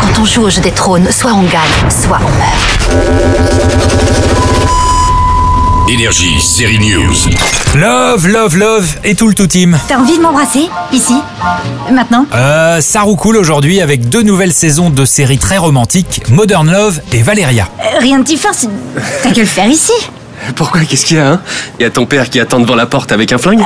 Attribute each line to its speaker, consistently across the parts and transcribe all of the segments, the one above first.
Speaker 1: Quand on joue au jeu des trônes, soit on gagne, soit on meurt.
Speaker 2: Énergie, série news.
Speaker 3: Love, love, love et tout le tout team.
Speaker 4: T'as envie de m'embrasser Ici Maintenant
Speaker 3: Euh, ça roucoule aujourd'hui avec deux nouvelles saisons de séries très romantiques, Modern Love et Valeria.
Speaker 4: Euh, rien de différent, c'est- t'as que le faire ici,
Speaker 5: Pourquoi Qu'est-ce qu'il y a, hein Il y a ton père qui attend devant la porte avec un flingue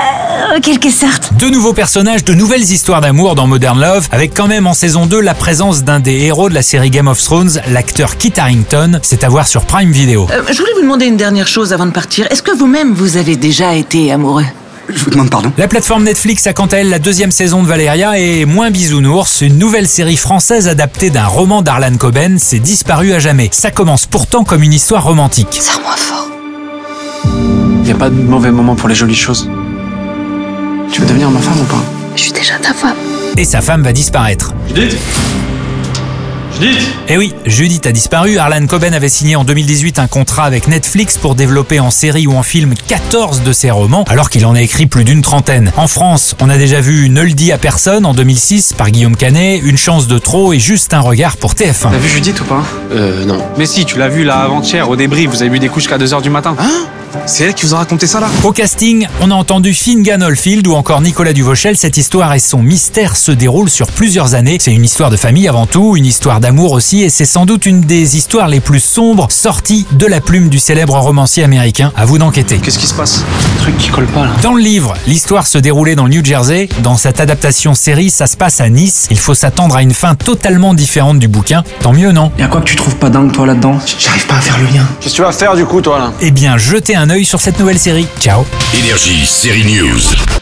Speaker 4: en quelque sorte.
Speaker 3: De nouveaux personnages, de nouvelles histoires d'amour dans Modern Love, avec quand même en saison 2 la présence d'un des héros de la série Game of Thrones, l'acteur Kit Harington. C'est à voir sur Prime Video.
Speaker 6: Euh, je voulais vous demander une dernière chose avant de partir. Est-ce que vous-même, vous avez déjà été amoureux
Speaker 7: Je vous demande
Speaker 1: Hein.
Speaker 7: pardon.
Speaker 3: La plateforme Netflix a quant à elle la deuxième saison de Valeria et Moins Bisounours, une nouvelle série française adaptée d'un roman d'Arlan Coben, s'est disparue à jamais. Ça commence pourtant comme une histoire romantique.
Speaker 1: Serre-moi fort.
Speaker 7: Il n'y a pas de mauvais moment pour les jolies choses. Tu veux devenir ma femme ou pas
Speaker 1: Je suis déjà ta femme.
Speaker 3: Et sa femme va disparaître.
Speaker 8: Judith Judith
Speaker 3: Eh oui, Judith a disparu. Arlan Coben avait signé en 2018 un contrat avec Netflix pour développer en série ou en film 14 de ses romans, alors qu'il en a écrit plus d'une trentaine. En France, on a déjà vu Ne le dit à personne en 2006 par Guillaume Canet, Une chance de trop et Juste un regard pour TF1.
Speaker 7: T'as vu Judith ou pas
Speaker 8: Euh, non.
Speaker 9: Mais si, tu l'as vu là avant-hier au débrief, vous avez bu des couches qu'à 2h du matin.
Speaker 7: Hein C'est elle qui vous a raconté ça là
Speaker 3: Au casting, on a entendu Finnegan Oldfield ou encore Nicolas Duvauchel. Cette histoire et son mystère se déroulent sur plusieurs années. C'est une histoire de famille avant tout, une histoire d'amour aussi, et c'est sans doute une des histoires les plus sombres sorties de la plume du célèbre romancier américain. À vous d'enquêter.
Speaker 9: Qu'est-ce qui se passe
Speaker 7: Un truc qui colle pas là.
Speaker 3: Dans le livre, l'histoire se déroulait dans le New Jersey. Dans cette adaptation série, ça se passe à Nice. Il faut s'attendre à une fin totalement différente du bouquin. Tant mieux, non
Speaker 7: Y'a quoi que tu trouves pas dingue toi là-dedans J'arrive pas à faire le lien.
Speaker 9: Qu'est-ce que tu vas faire du coup, toi là
Speaker 3: Eh bien, jetez un œil sur cette nouvelle série. Ciao
Speaker 2: Énergie, série news.